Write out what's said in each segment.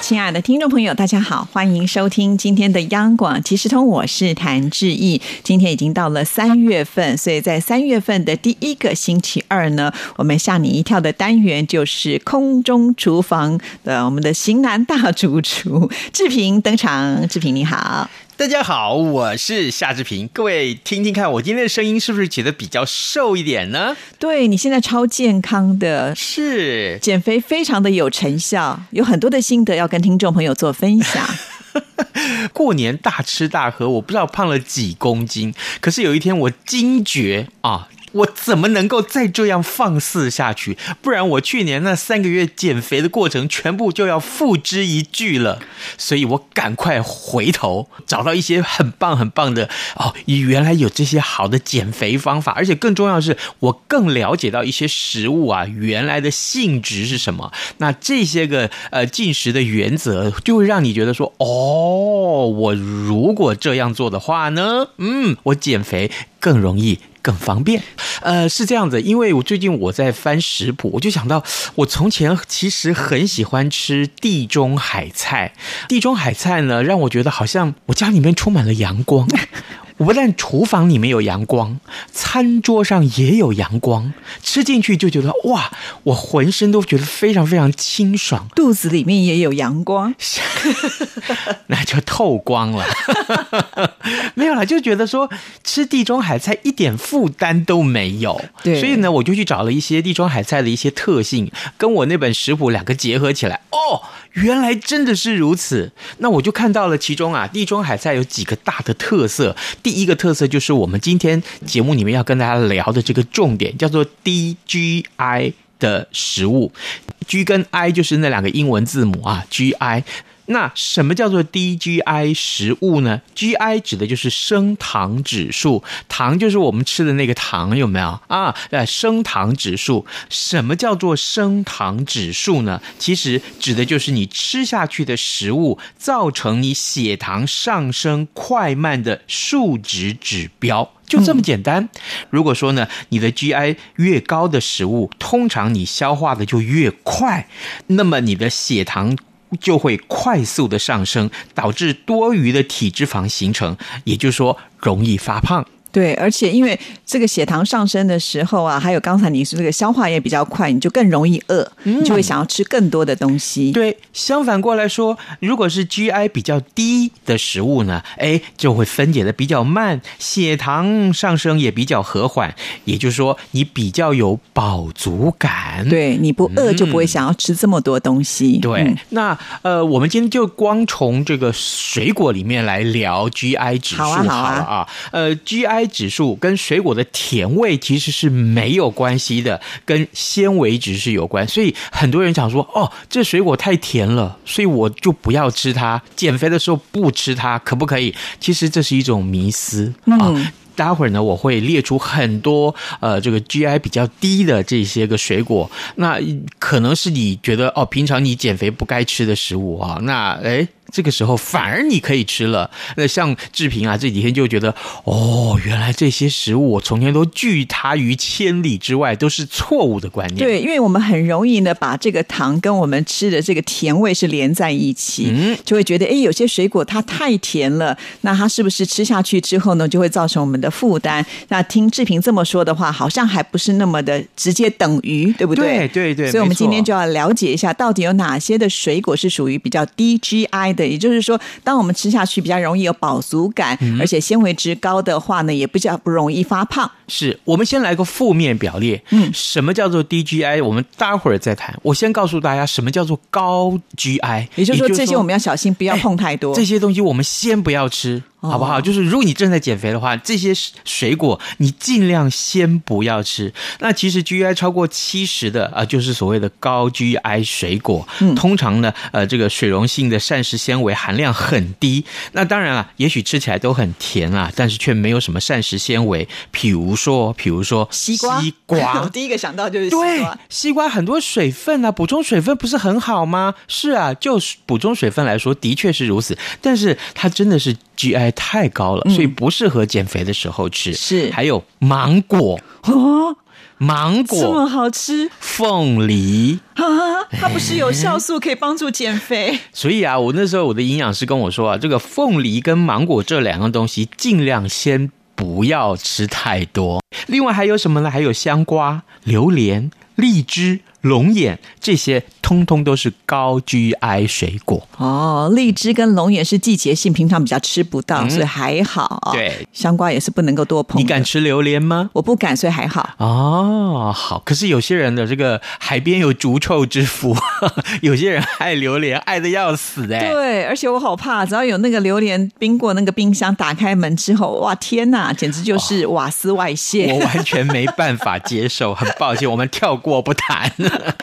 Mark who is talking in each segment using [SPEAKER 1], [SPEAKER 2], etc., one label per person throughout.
[SPEAKER 1] 亲爱的听众朋友，大家好，欢迎收听今天的央广即时通，我是谭志毅。今天已经到了三月份，所以在三月份的第一个星期二呢，我们吓你一跳的单元就是空中厨房的呃我们的型男大主厨志平登场。志平你好，
[SPEAKER 2] 大家好，我是夏志平。各位听听看，我今天的声音是不是觉得比较瘦一点呢？
[SPEAKER 1] 对你现在超健康的，
[SPEAKER 2] 是，
[SPEAKER 1] 减肥非常的有成效，有很多的心得要跟听众朋友做分享。
[SPEAKER 2] 过年大吃大喝，我不知道胖了几公斤。可是有一天我惊觉啊，我怎么能够再这样放肆下去？不然我去年那三个月减肥的过程全部就要付之一炬了。所以我赶快回头找到一些很棒很棒的哦，原来有这些好的减肥方法，而且更重要的是，我更了解到一些食物啊原来的性质是什么。那这些个呃进食的原则，就会让你觉得说，哦，我如果这样做的话呢，嗯，我减肥更容易。更方便，呃，是这样子，因为我最近我在翻食谱，我就想到我从前其实很喜欢吃地中海菜，地中海菜呢让我觉得好像我家里面充满了阳光， 我不但厨房里面有阳光，餐桌上也有阳光，吃进去就觉得哇，我浑身都觉得非常非常清爽，
[SPEAKER 1] 肚子里面也有阳光，
[SPEAKER 2] 那就透光了。 没有啦，就觉得说吃地中海菜一点负担都没有。
[SPEAKER 1] 对
[SPEAKER 2] 所以呢，我就去找了一些地中海菜的一些特性，跟我那本食谱两个结合起来。哦，原来真的是如此。那我就看到了其中啊，地中海菜有几个大的特色。第一个特色就是我们今天节目里面要跟大家聊的这个重点，叫做 DGI 的食物。G 跟 I 就是那两个英文字母啊，GI。那什么叫做 DGI 食物呢？GI 指的就是升糖指数，糖就是我们吃的那个糖，有没有啊？呃，升糖指数，什么叫做升糖指数呢？其实指的就是你吃下去的食物造成你血糖上升快慢的数值指标。就这么简单。如果说呢，你的 GI 越高的食物，通常你消化的就越快，那么你的血糖。就会快速的上升，导致多余的体脂肪形成，也就是说容易发胖。
[SPEAKER 1] 对，而且因为这个血糖上升的时候啊，还有刚才你说这个消化也比较快，你就更容易饿，你就会想要吃更多的东西。
[SPEAKER 2] 嗯对，相反过来说，如果是 GI 比较低的食物呢，哎，就会分解的比较慢，血糖上升也比较和缓，也就是说你比较有饱足感。
[SPEAKER 1] 对，。你不饿就不会想要吃这么多东西。
[SPEAKER 2] 嗯对，
[SPEAKER 1] 嗯
[SPEAKER 2] 那呃，我们今天就光从这个水果里面来聊 GI 指数
[SPEAKER 1] 好
[SPEAKER 2] 好
[SPEAKER 1] 啊
[SPEAKER 2] 了
[SPEAKER 1] 好啊
[SPEAKER 2] 呃，GI 指数跟水果的甜味其实是没有关系的，跟纤维值是有关。所以很多人想说，哦，这水果太甜了，所以我就不要吃它。减肥的时候不吃它，可不可以？其实这是一种迷思啊。
[SPEAKER 1] 嗯
[SPEAKER 2] 待会儿呢，我会列出很多呃，这个 GI 比较低的这些个水果，那呃可能是你觉得哦，平常你减肥不该吃的食物啊，那诶这个时候反而你可以吃了。那像志平啊，这几天就觉得哦，原来这些食物我从前都拒它于千里之外，都是错误的观念。
[SPEAKER 1] 对，因为我们很容易呢，把这个糖跟我们吃的这个甜味是连在一起，
[SPEAKER 2] 嗯
[SPEAKER 1] 就会觉得，哎，有些水果它太甜了，那它是不是吃下去之后呢，就会造成我们的负担？那听志平这么说的话，好像还不是那么的直接等于，对不对？
[SPEAKER 2] 对对对
[SPEAKER 1] 所以我们
[SPEAKER 2] 没错
[SPEAKER 1] 今天就要了解一下，到底有哪些的水果是属于比较低 GI 的，也就是说，当我们吃下去比较容易有饱足感，
[SPEAKER 2] 嗯
[SPEAKER 1] 而且纤维值高的话呢，也比较不容易发胖。
[SPEAKER 2] 是我们先来个负面表列。
[SPEAKER 1] 嗯
[SPEAKER 2] 什么叫做 DGI？我们待会儿再谈。我先告诉大家什么叫做高 GI，
[SPEAKER 1] 也就是说，这些我们要小心，不要
[SPEAKER 2] 哎
[SPEAKER 1] 碰太多。
[SPEAKER 2] 这些东西我们先不要吃，
[SPEAKER 1] 哦
[SPEAKER 2] 好不好？就是如果你正在减肥的话，这些水果你尽量先不要吃。那其实 GI 超过七十
[SPEAKER 1] 嗯
[SPEAKER 2] 的啊、呃就是所谓的高 GI 水果。通常呢，呃，这个水溶性的膳食纤维含量很低。那当然了，也许吃起来都很甜啦，但是却没有什么膳食纤维。比如说，比如说
[SPEAKER 1] 西瓜，
[SPEAKER 2] 西 瓜
[SPEAKER 1] 我第一个想到就是西
[SPEAKER 2] 对
[SPEAKER 1] 瓜。，
[SPEAKER 2] 西瓜很多水分啊，补充水分不是很好吗？是啊，就补充水分来说，的确是如此。但是它真的是 GI 太高了，所以不适合减肥的时候吃。
[SPEAKER 1] 嗯是
[SPEAKER 2] 还有芒果，
[SPEAKER 1] 哦，
[SPEAKER 2] 芒
[SPEAKER 1] 这么
[SPEAKER 2] 果，
[SPEAKER 1] 好吃
[SPEAKER 2] 凤梨。
[SPEAKER 1] 啊！它不是有酵素可以帮助减肥？
[SPEAKER 2] 所以啊，我那时候我的营养师跟我说啊，这个凤梨跟芒果这两样东西，尽量先不要吃太多。另外还有什么呢？还有香瓜、榴莲、荔枝、龙眼这些，通通都是高 GI 水果。
[SPEAKER 1] 哦，荔枝跟龙眼是季节性，平常比较吃不到，所以还好、哦。
[SPEAKER 2] 对，
[SPEAKER 1] 香瓜也是不能够多碰。
[SPEAKER 2] 你敢？吃榴莲吗？
[SPEAKER 1] 我不敢，所以还好。
[SPEAKER 2] 哦，好。可是有些人的这个海边有逐臭之福， 有些人爱榴莲爱的要死哎、
[SPEAKER 1] 对，而且我好怕，只要有那个榴莲冰过那个冰箱，打开门之后，哇，天哪，简直就是瓦斯外泄。
[SPEAKER 2] 我完全没办法接受，很抱歉，我们跳过不 谈。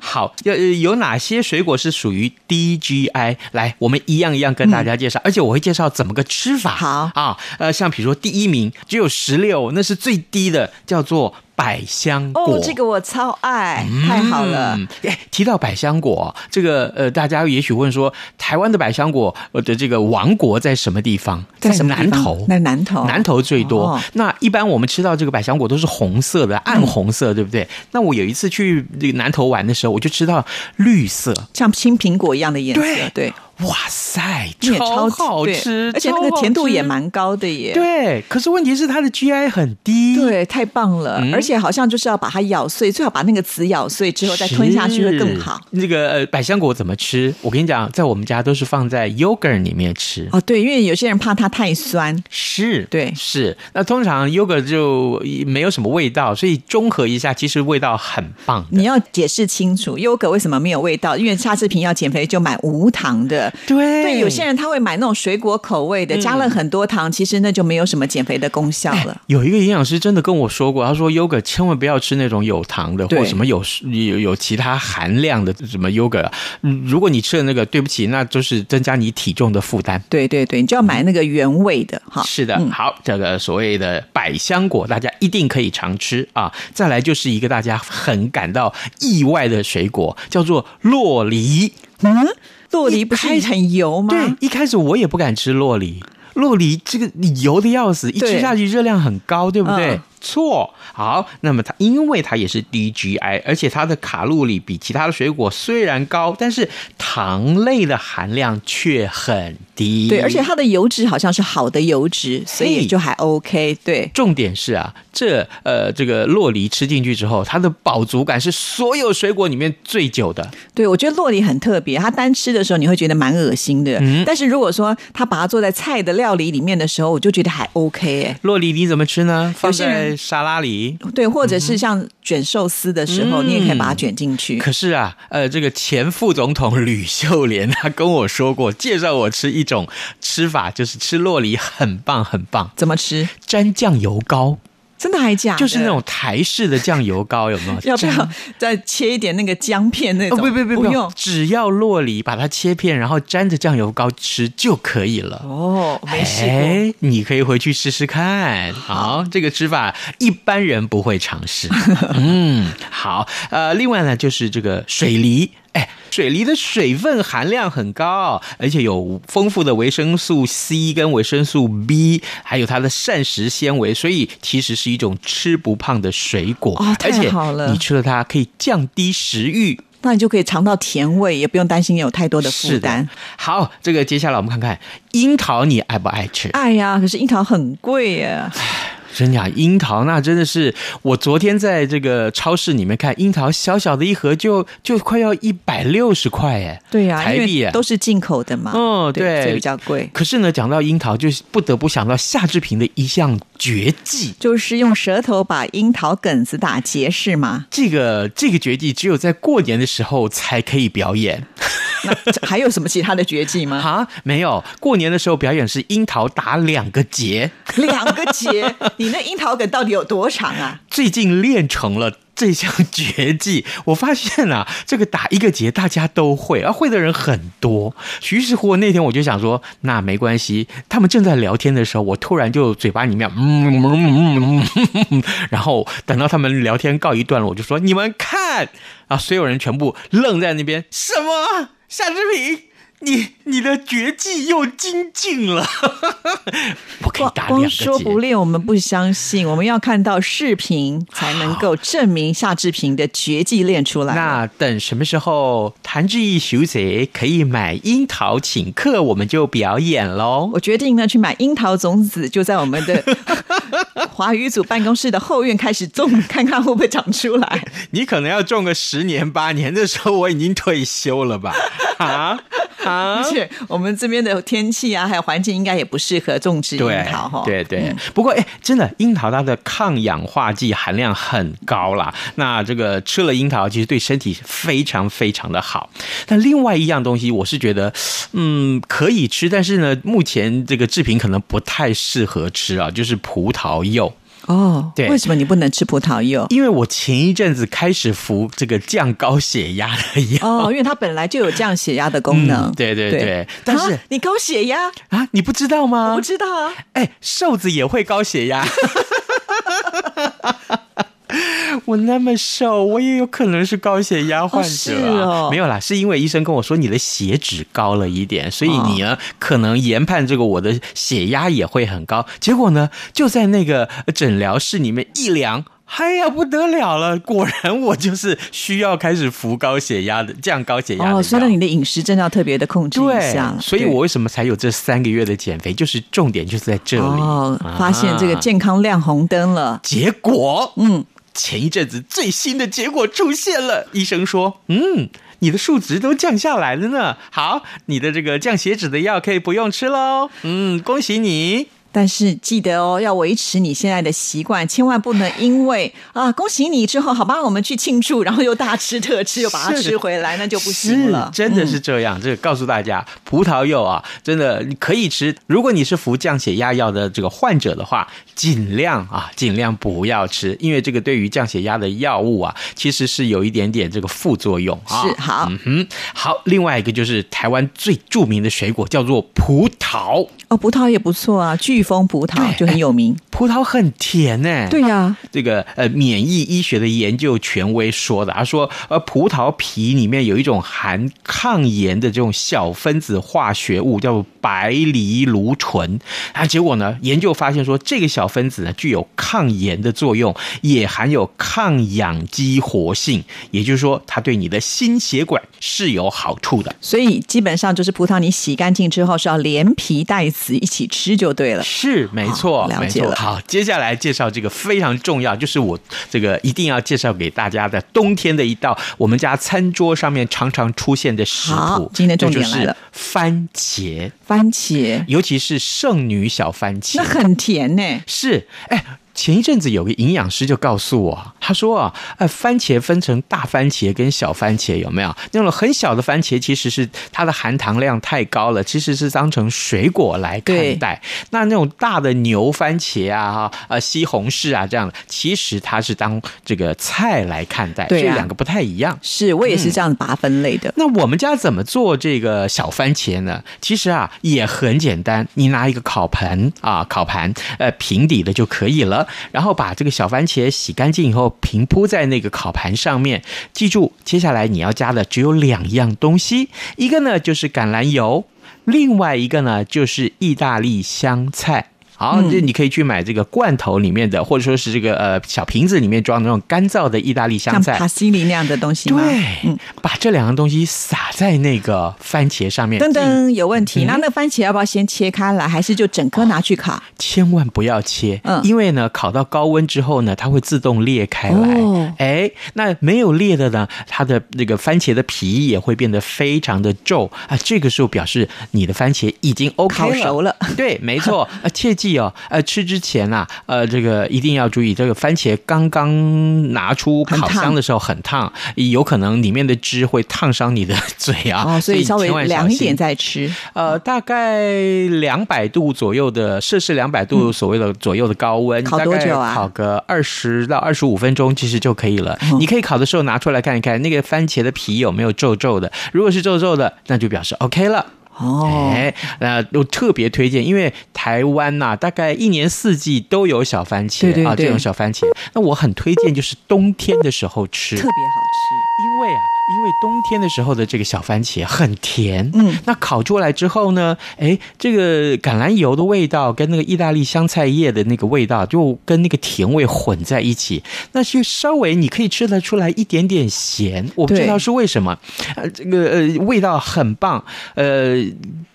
[SPEAKER 2] 好，有有哪些水果是属于低 GI？来，我们一样一样跟大家介绍，而且我会介绍怎么个吃法。
[SPEAKER 1] 嗯好
[SPEAKER 2] 啊，呃，像比如说第一名只有十六，那是最低的，叫做百香果。
[SPEAKER 1] 哦，这个我超爱，太好了。
[SPEAKER 2] 嗯，哎，提到百香果，这个呃，大家也许问说，台湾的百香果呃的这个王国在什么地方？
[SPEAKER 1] 在什么地
[SPEAKER 2] 南
[SPEAKER 1] 方
[SPEAKER 2] 投。
[SPEAKER 1] 在南投，
[SPEAKER 2] 南投最多。
[SPEAKER 1] 哦嗯
[SPEAKER 2] 那一般我们吃到这个百香果都是红色的，暗红色，对不对？那我有一次去这个南投玩的时候，我就吃到绿色，
[SPEAKER 1] 像青苹果一样的颜色，
[SPEAKER 2] 对
[SPEAKER 1] 对，
[SPEAKER 2] 哇塞，
[SPEAKER 1] 也超
[SPEAKER 2] 好
[SPEAKER 1] 对
[SPEAKER 2] 吃，
[SPEAKER 1] 而且那
[SPEAKER 2] 超
[SPEAKER 1] 个
[SPEAKER 2] 好
[SPEAKER 1] 甜度
[SPEAKER 2] 吃
[SPEAKER 1] 也。蛮高的耶。
[SPEAKER 2] 对，可是问题是它的 GI 很低。。
[SPEAKER 1] 对，太棒了！
[SPEAKER 2] 嗯
[SPEAKER 1] 而且好像就是要把它咬碎，最好把那个籽咬碎之后再吞下去会更好。。
[SPEAKER 2] 那个呃，百香果怎么吃？我跟你讲，在我们家都是放在 yogurt 里面吃。
[SPEAKER 1] 哦，对，因为有些人怕它太酸，
[SPEAKER 2] 是，
[SPEAKER 1] 对
[SPEAKER 2] 是。那通常 yogurt 就没有什么味道，所以中和一下，其实味道很棒的。
[SPEAKER 1] 你要解释清楚优格为什么没有味道，因为夏志平要减肥就买无糖的。
[SPEAKER 2] 对嗯
[SPEAKER 1] 对，有些人他会买那种水果口味的，加了很多糖，其实那就没有什么减肥的功效 了。
[SPEAKER 2] 有一个营养师真的跟我说过，他说 yogurt 千万不要吃那种有糖的
[SPEAKER 1] 对
[SPEAKER 2] 或什么有有有其他含量的什么 yogurt，啊嗯如果你吃了那个，对不起，那就是增加你体重的负担。
[SPEAKER 1] 对对对，你就要买那个原味的哈。嗯
[SPEAKER 2] 是的，好，这个所谓的百香果，大家一定可以常吃啊。再来就是一个大家很感到意外的水果，叫做洛梨。
[SPEAKER 1] 嗯，洛梨不是很油吗？
[SPEAKER 2] 对，一开始我也不敢吃洛梨，洛梨这个你油的要死，一
[SPEAKER 1] 对
[SPEAKER 2] 吃下去热量很高，对不对？
[SPEAKER 1] 嗯
[SPEAKER 2] 错，好，那么它因为它也是低 GI，而且它的卡路里比其他的水果虽然高，但是糖类的含量却很低。
[SPEAKER 1] 对，而且它的油脂好像是好的油脂，所以
[SPEAKER 2] 嘿
[SPEAKER 1] 就还 OK。对，
[SPEAKER 2] 重点是啊，这呃这个洛梨吃进去之后，它的饱足感是所有水果里面最久的。
[SPEAKER 1] 对，我觉得洛梨很特别，它单吃的时候你会觉得蛮恶心的，
[SPEAKER 2] 嗯
[SPEAKER 1] 但是如果说它把它做在菜的料理里面的时候，我就觉得还 OK 哎、
[SPEAKER 2] 洛梨你怎么吃呢？放
[SPEAKER 1] 有些人
[SPEAKER 2] 在沙拉里，
[SPEAKER 1] 对，或者是像卷寿司的时候，
[SPEAKER 2] 嗯
[SPEAKER 1] 你也可以把它卷进去。
[SPEAKER 2] 可是啊，呃，这个前副总统吕秀莲她跟我说过，介绍我吃一种吃法，就是吃洛梨，很棒很棒，
[SPEAKER 1] 怎么吃？
[SPEAKER 2] 沾酱油膏，
[SPEAKER 1] 真的还假的？
[SPEAKER 2] 就是那种台式的酱油膏，有没有？
[SPEAKER 1] 要不
[SPEAKER 2] 沾
[SPEAKER 1] 要 再切一点那个姜片那
[SPEAKER 2] 哦，
[SPEAKER 1] 种？
[SPEAKER 2] 不不不
[SPEAKER 1] 不
[SPEAKER 2] 用
[SPEAKER 1] 用，
[SPEAKER 2] 只要洛梨把它切片，然后沾着酱油膏吃就可以了。
[SPEAKER 1] 哦，没试过。
[SPEAKER 2] 哎，你可以回去试试看。好，这个吃法一般人不会尝试。 嗯，好。呃，另外呢，就是这个水梨。哎，水梨的水分含量很高，而且有丰富的维生素 C 跟维生素 B，还有它的膳食纤维，所以其实是一种吃不胖的水果。
[SPEAKER 1] 哦太
[SPEAKER 2] 而且
[SPEAKER 1] 好了
[SPEAKER 2] 你吃了它可以降低食欲。
[SPEAKER 1] 那你就可以尝到甜味，也不用担心有太多的负
[SPEAKER 2] 是的
[SPEAKER 1] 担。。
[SPEAKER 2] 好，这个接下来我们看看樱桃，你爱不爱吃？
[SPEAKER 1] 哎呀，可是樱桃很贵耶！
[SPEAKER 2] 真讲樱桃那真的是，我昨天在这个超市里面看，樱桃小小的一盒就就快要一百六十块哎，
[SPEAKER 1] 对呀、
[SPEAKER 2] 台
[SPEAKER 1] 因
[SPEAKER 2] 币
[SPEAKER 1] 为
[SPEAKER 2] 哎
[SPEAKER 1] 都是进口的嘛，
[SPEAKER 2] 哦对
[SPEAKER 1] 所以比较贵。
[SPEAKER 2] 可是呢，讲到樱桃，就是不得不想到夏志平的一项绝技。
[SPEAKER 1] 就是用舌头把樱桃梗子打结是吗？
[SPEAKER 2] 这个这个绝技只有在过年的时候才可以表演
[SPEAKER 1] 这还有什么其他的绝技吗？
[SPEAKER 2] 啊！没有，过年的时候表演是樱桃打两个结，
[SPEAKER 1] 两个结，你那樱桃梗到底有多长啊？
[SPEAKER 2] 最近练成了这项绝技， 我发现啊，这个打一个结大家都会，而、会的人很多。于是乎，那天我就想说，那没关系。他们正在聊天的时候，我突然就嘴巴里面 嗯嗯嗯嗯嗯，然后等到他们聊天告一段落，我就说你们看啊，所有人全部愣在那边，什么夏志平？你你的绝技又精进了， 我 可以
[SPEAKER 1] 光
[SPEAKER 2] 打两个
[SPEAKER 1] 光
[SPEAKER 2] 结。
[SPEAKER 1] 说不练，我们不相信，我们要看到视频才能够证明夏志平的绝技练出来。
[SPEAKER 2] 那等什么时候谭志毅小姐可以买樱桃请客，我们就表演喽。
[SPEAKER 1] 我决定呢去买樱桃种子，就在我们的 华语组办公室的后院开始种， 看看会不会长出来。
[SPEAKER 2] 你可能要种个十年八年，这时候我已经退休 了吧？啊啊
[SPEAKER 1] 而！且我们这边的天气啊，还有环境应该也不适合种植樱
[SPEAKER 2] 对
[SPEAKER 1] 桃哈。嗯
[SPEAKER 2] 对对，不过哎，真的樱桃它的抗氧化剂含量很高啦。那这个吃了樱桃，其实对身体非常非常的好。但另外一样东西，我是觉得，嗯，可以吃，但是呢，目前这个制品可能不太适合吃啊，就是葡萄柚。
[SPEAKER 1] 哦，
[SPEAKER 2] 对
[SPEAKER 1] 为什么你不能吃葡萄 柚？
[SPEAKER 2] 因为我前一阵子开始服这个降高血压的药。
[SPEAKER 1] 哦，因为它本来就有降血压的功能。
[SPEAKER 2] 嗯对对对但是
[SPEAKER 1] 啊你高血压，
[SPEAKER 2] 啊，你不知道
[SPEAKER 1] 我
[SPEAKER 2] 吗
[SPEAKER 1] 不？知道啊。
[SPEAKER 2] 哎，瘦子也会高血 压。我那么瘦，我也有可能是高血压患
[SPEAKER 1] 哦
[SPEAKER 2] 者、啊
[SPEAKER 1] 是哦
[SPEAKER 2] 没有啦，是因为医生跟我说你的血脂高了一点，所以你
[SPEAKER 1] 哦
[SPEAKER 2] 呢、可能研判这个我的血压也会很高。结果呢，就在那个呃诊疗室里面一量。哎呀，不得了了！果然我就是需要开始服高血压的降高血压的药。
[SPEAKER 1] 哦，所以你的饮食真的要特别的控制一
[SPEAKER 2] 对
[SPEAKER 1] 下。
[SPEAKER 2] 所以
[SPEAKER 1] 对
[SPEAKER 2] 我为什么才有这三个月的减肥，就是重点就是在这里。
[SPEAKER 1] 哦
[SPEAKER 2] 啊，
[SPEAKER 1] 发现这个健康亮红灯了。
[SPEAKER 2] 结果，
[SPEAKER 1] 嗯，
[SPEAKER 2] 前一阵子最新的结果出现了，医生说，嗯。你的数值都降下来了呢，好，你的这个降血脂的药可以不用吃喽。嗯，恭喜你。
[SPEAKER 1] 但是记得哦，要维持你现在的习惯，千万不能因为啊，恭喜你之后，好吧，我们去庆祝，然后又大吃特吃，又把它
[SPEAKER 2] 是
[SPEAKER 1] 吃回来，那就不行了。嗯
[SPEAKER 2] 是真的是这样。这个告诉大家，葡萄柚啊，真的你可以吃。如果你是服降血压药的这个患者的话，尽量啊，尽量不要吃，因为这个对于降血压的药物啊，其实是有一点点这个副作用啊。
[SPEAKER 1] 是好
[SPEAKER 2] 嗯哼，好。另外一个就是台湾最著名的水果叫做葡萄，
[SPEAKER 1] 哦，葡萄也不错啊，飓风葡萄
[SPEAKER 2] 对
[SPEAKER 1] 就很有名。
[SPEAKER 2] 葡萄很甜呢、
[SPEAKER 1] 对呀、
[SPEAKER 2] 这个呃免疫医学的研究权威说的，他说呃葡萄皮里面有一种含抗炎的这种小分子化学物，叫做白藜芦醇啊。结果呢，研究发现说这个小分子呢具有抗炎的作用，也含有抗氧激活性，也就是说它对你的心血管是有好处的。
[SPEAKER 1] 所以基本上就是葡萄，你洗干净之后是要连皮带籽一起吃就对了。
[SPEAKER 2] 是，没错，
[SPEAKER 1] 好了
[SPEAKER 2] 没
[SPEAKER 1] 解
[SPEAKER 2] 错
[SPEAKER 1] 了
[SPEAKER 2] 好，接下来介绍这个非常重要，就是我这个一定要介绍给大家的冬天的一道我们家餐桌上面常常出现的食
[SPEAKER 1] 好
[SPEAKER 2] 谱。
[SPEAKER 1] 今天重点
[SPEAKER 2] 这就是
[SPEAKER 1] 来了
[SPEAKER 2] 番茄，
[SPEAKER 1] 番茄
[SPEAKER 2] 尤其是剩女小番茄，
[SPEAKER 1] 那很甜呢、
[SPEAKER 2] 是，哎。前一阵子有个营养师就告诉我啊，他说啊，呃，番茄分成大番茄跟小番茄，有没有？那种很小的番茄其实是它的含糖量太高了，其实是当成水果来
[SPEAKER 1] 对
[SPEAKER 2] 看待。那那种大的牛番茄啊、呃西红柿啊这样的，其实它是当这个菜来看待，
[SPEAKER 1] 对啊
[SPEAKER 2] 所以两个不太一样。
[SPEAKER 1] 是我也
[SPEAKER 2] 嗯
[SPEAKER 1] 是这样把它分类的。
[SPEAKER 2] 那我们家怎么做这个小番茄呢？其实啊也很简单，你拿一个烤盆啊，烤盘呃平底的就可以了，然后把这个小番茄洗干净以后平铺在那个烤盘上面。记住，接下来你要加的只有两样东西，一个呢就是橄榄油，另外一个呢就是意大利香菜。好，这你可以去买这个罐头里面的，或者说是这个呃小瓶子里面装的那种干燥的意大利香
[SPEAKER 1] 像
[SPEAKER 2] 菜，
[SPEAKER 1] 帕西尼那样的东西吗？
[SPEAKER 2] 对，把这两样东西撒在那个番茄上面，
[SPEAKER 1] 噔
[SPEAKER 2] 嗯
[SPEAKER 1] 噔，有问题。那那个番茄要不要先切开来，还是就整颗拿去烤？
[SPEAKER 2] 千万不要切，
[SPEAKER 1] 嗯
[SPEAKER 2] 因为呢，烤到高温之后呢，它会自动裂开来。
[SPEAKER 1] 哦
[SPEAKER 2] 哎，那没有裂的呢，它的那个番茄的皮也会变得非常的皱啊。这个时候表示你的番茄已经 OK
[SPEAKER 1] 烤熟了。
[SPEAKER 2] 对，没错，啊，切记记哦，呃，吃之前啊，呃，这个一定要注意，这个番茄刚刚拿出烤箱的时候很烫，有可能里面的汁会烫伤你的嘴啊，
[SPEAKER 1] 哦，所以稍微
[SPEAKER 2] 千万小
[SPEAKER 1] 凉一
[SPEAKER 2] 心
[SPEAKER 1] 点再吃。
[SPEAKER 2] 呃，大概两百度左右的摄氏两百度所谓的左右的高温，
[SPEAKER 1] 嗯烤
[SPEAKER 2] 大
[SPEAKER 1] 多
[SPEAKER 2] 概
[SPEAKER 1] 久啊
[SPEAKER 2] 烤个二十到二十五分钟其实就可以了。
[SPEAKER 1] 哦
[SPEAKER 2] 你可以烤的时候拿出来看一看，那个番茄的皮有没有皱皱的？如果是皱皱的，那就表示 OK 了。
[SPEAKER 1] 哦，
[SPEAKER 2] 哎，那我特别推荐，因为台湾呐、大概一年四季都有小番茄
[SPEAKER 1] 对对
[SPEAKER 2] 啊，
[SPEAKER 1] 对
[SPEAKER 2] 这种小番茄，那我很推荐，就是冬天的时候吃，
[SPEAKER 1] 特别好
[SPEAKER 2] 因为啊，因为冬天的时候的这个小番茄很甜，
[SPEAKER 1] 嗯，
[SPEAKER 2] 那烤出来之后呢，哎，这个橄榄油的味道跟那个意大利香菜叶的那个味道，就跟那个甜味混在一起，那就稍微你可以吃得出来一点点咸，我不
[SPEAKER 1] 对
[SPEAKER 2] 知道是为什么，呃，这个呃味道很棒，呃，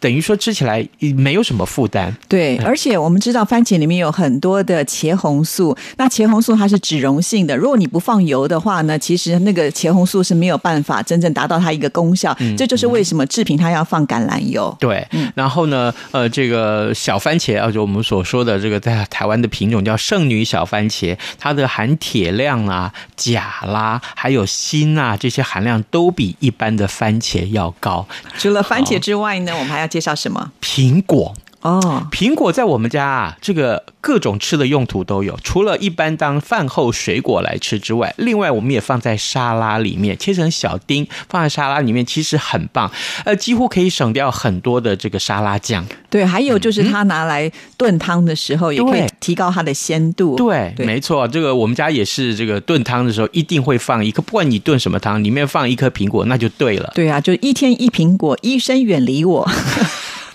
[SPEAKER 2] 等于说吃起来呃没有什么负担，
[SPEAKER 1] 吃。对，而且我们知道番茄里面有很多的茄红素，那茄红素它是脂溶性的，如果你不放油的话呢，其实那个茄红素是没有办法真正达到它一个功效。
[SPEAKER 2] 嗯
[SPEAKER 1] 这就是为什么制品它要放橄榄油。
[SPEAKER 2] 对，然后呢，呃，这个小番茄啊，就我们所说的这个在台湾的品种叫圣女小番茄，它的含铁量啊、钾啦，还有锌啊这些含量都比一般的番茄要高。
[SPEAKER 1] 除了番茄之外呢，我们还要介绍什么？
[SPEAKER 2] 苹果，
[SPEAKER 1] 哦，
[SPEAKER 2] 苹果在我们家啊，这个各种吃的用途都有，除了一般当饭后水果来吃之外，另外我们也放在沙拉里面，切成小丁放在沙拉里面，其实很棒，呃，几乎可以省掉很多的这个沙拉酱。
[SPEAKER 1] 对，还有就是
[SPEAKER 2] 嗯
[SPEAKER 1] 它拿来炖汤的时候，也可以
[SPEAKER 2] 对
[SPEAKER 1] 提高它的鲜度。
[SPEAKER 2] 对，
[SPEAKER 1] 对
[SPEAKER 2] 没错，这个我们家也是，这个炖汤的时候一定会放一颗，不管你炖什么汤，里面放一颗苹果，那就对了。
[SPEAKER 1] 对啊，就一天一苹果，医生远离 我。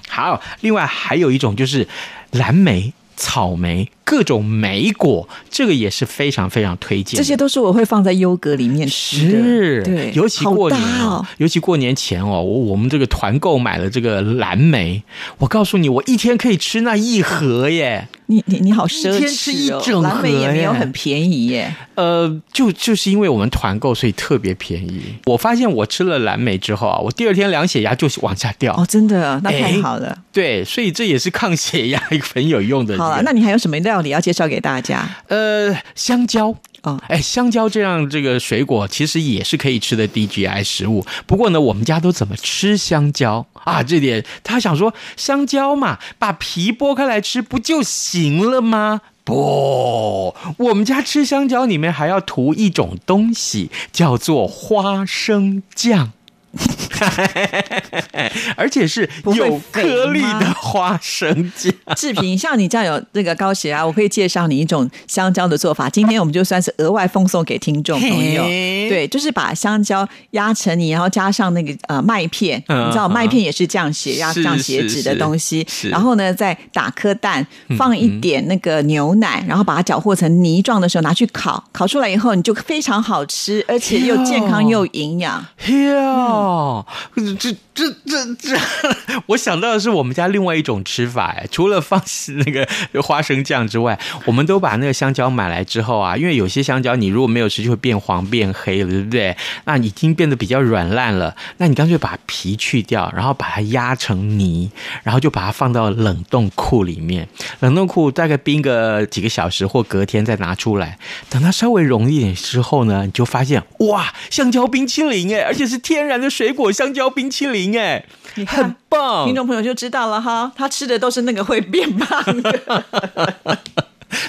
[SPEAKER 2] 好，另外还有一种就是蓝莓、草莓，各种莓果，这个也是非常非常推荐的。
[SPEAKER 1] 这些都是我会放在优格里面吃的。
[SPEAKER 2] 是，
[SPEAKER 1] 对，
[SPEAKER 2] 尤其
[SPEAKER 1] 好
[SPEAKER 2] 过年、
[SPEAKER 1] 大哦。
[SPEAKER 2] 尤其过年前哦，我我们这个团购买了这个蓝莓，我告诉你，我一天可以吃那一盒耶。
[SPEAKER 1] 你你你好奢侈、哦，
[SPEAKER 2] 一天吃一整盒
[SPEAKER 1] 蓝莓也没有
[SPEAKER 2] 耶
[SPEAKER 1] 很便宜耶。
[SPEAKER 2] 呃，就就是因为我们团购，所以特别便宜。我发现我吃了蓝莓之后啊，我第二天量血压就是往下掉。
[SPEAKER 1] 哦，真的，那太
[SPEAKER 2] 哎
[SPEAKER 1] 好了。
[SPEAKER 2] 对，所以这也是抗血压很有用的一个。
[SPEAKER 1] 好了，那你还有什么料理要介绍给大家？
[SPEAKER 2] 呃，香蕉。
[SPEAKER 1] 哦
[SPEAKER 2] 哎，香蕉这样这个水果其实也是可以吃的低 g i 食物。不过呢，我们家都怎么吃香蕉啊？这点他想说，香蕉嘛，把皮剥开来吃不就行了吗？不，我们家吃香蕉里面还要涂一种东西，叫做花生酱。 而且是
[SPEAKER 1] 不会
[SPEAKER 2] 有
[SPEAKER 1] 肥
[SPEAKER 2] 颗粒
[SPEAKER 1] 吗
[SPEAKER 2] 的花生酱，
[SPEAKER 1] 志平，像你这样有这个高血压，我可以介绍你一种香蕉的做法。今天我们就算是额外奉送给听众朋友，
[SPEAKER 2] 嘿
[SPEAKER 1] 对，就是把香蕉压成泥，然后加上那个呃麦片，
[SPEAKER 2] 嗯
[SPEAKER 1] 你知道
[SPEAKER 2] 嗯
[SPEAKER 1] 麦片也是降血压、
[SPEAKER 2] 是
[SPEAKER 1] 降血
[SPEAKER 2] 是
[SPEAKER 1] 脂的
[SPEAKER 2] 是
[SPEAKER 1] 东西。
[SPEAKER 2] 是嗯
[SPEAKER 1] 然后呢，再打颗蛋，放一点那个牛奶，然后把它搅和成泥状的时候拿去烤，烤出来以后你就非常好吃，而且又健
[SPEAKER 2] 啊
[SPEAKER 1] 康又营养。
[SPEAKER 2] 哟，这这这这，我想到的是我们家另外一种吃法哎，除了放那个花生酱之外，我们都把那个香蕉买来之后啊，因为有些香蕉你如果没有吃就会变黄变黑了，对不对？那已经变得比较软烂了，那你干脆把皮去掉，然后把它压成泥，然后就把它放到冷冻库里面，冷冻库大概冰个几个小时或隔天再拿出来，等它稍微融一点之后呢，你就发现哇，香蕉冰淇淋哎，而且是天然的水果香蕉冰淇淋哎
[SPEAKER 1] 你，看
[SPEAKER 2] 很棒
[SPEAKER 1] 听。众朋友就知道了哈，他吃的都是那个会变胖 的，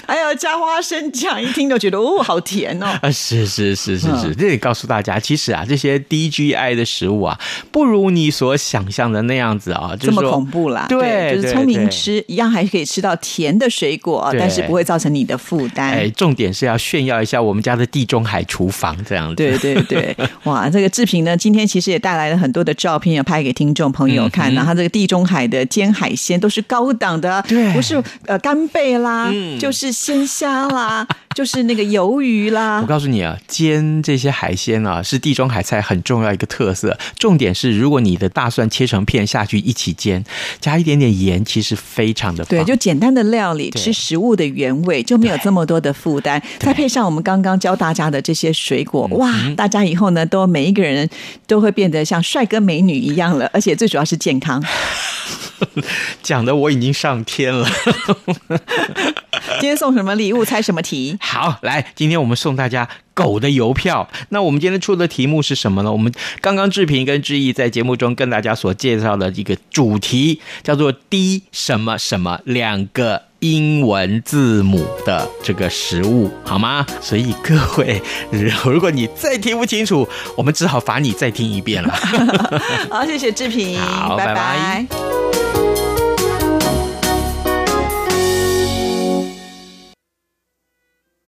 [SPEAKER 1] 还有加花生酱，一听就觉得哦，好甜哦。
[SPEAKER 2] 啊，是是是是是，
[SPEAKER 1] 嗯
[SPEAKER 2] 这也告诉大家，其实啊，这些低 GI 的食物啊，不如你所想象的那样子啊，
[SPEAKER 1] 这
[SPEAKER 2] 就是
[SPEAKER 1] 么
[SPEAKER 2] 说
[SPEAKER 1] 恐怖啦，
[SPEAKER 2] 对
[SPEAKER 1] 就是
[SPEAKER 2] 对
[SPEAKER 1] 聪明
[SPEAKER 2] 对
[SPEAKER 1] 吃一样还是可以吃到甜的水果，
[SPEAKER 2] 对
[SPEAKER 1] 但是不会造成你的负担。
[SPEAKER 2] 哎，重点是要炫耀一下我们家的地中海厨房这样子。
[SPEAKER 1] 对对 对，哇，这个志平呢，今天其实也带来了很多的照片，要拍给听众朋
[SPEAKER 2] 嗯
[SPEAKER 1] 友看。然后这个地中海的煎海鲜都是高档的，
[SPEAKER 2] 对
[SPEAKER 1] 不是呃干贝啦，
[SPEAKER 2] 嗯
[SPEAKER 1] 就是鲜虾啦，就是那个鱿鱼啦
[SPEAKER 2] 我。告诉你啊，煎这些海鲜啊，是地中海菜很重要一个特色。重点是，如果你的大蒜切成片下去一起煎，加一点点盐，其实非常的棒。
[SPEAKER 1] 对，就简单的料理，吃食物的原味就没有这么多的负担。再配上我们刚刚教大家的这些水果，
[SPEAKER 2] 嗯
[SPEAKER 1] 哇，大家以后呢都 每一个人都会变得像帅哥美女一样了，而且最主要是健康。
[SPEAKER 2] 讲的我已经上天了。
[SPEAKER 1] 今天送什么礼物，猜什么题。
[SPEAKER 2] 好，来，今天我们送大家狗的邮票。那我们今天出的题目是什么呢？我们刚刚志平跟志毅在节目中跟大家所介绍的一个主题，叫做 “D 什么什么”两个英文字母的这个食物，好吗？所以各位，如果你再听不清楚，我们只好罚你再听一遍了。
[SPEAKER 1] 好，谢谢志平，
[SPEAKER 2] 好拜
[SPEAKER 1] 拜
[SPEAKER 2] 拜
[SPEAKER 1] 拜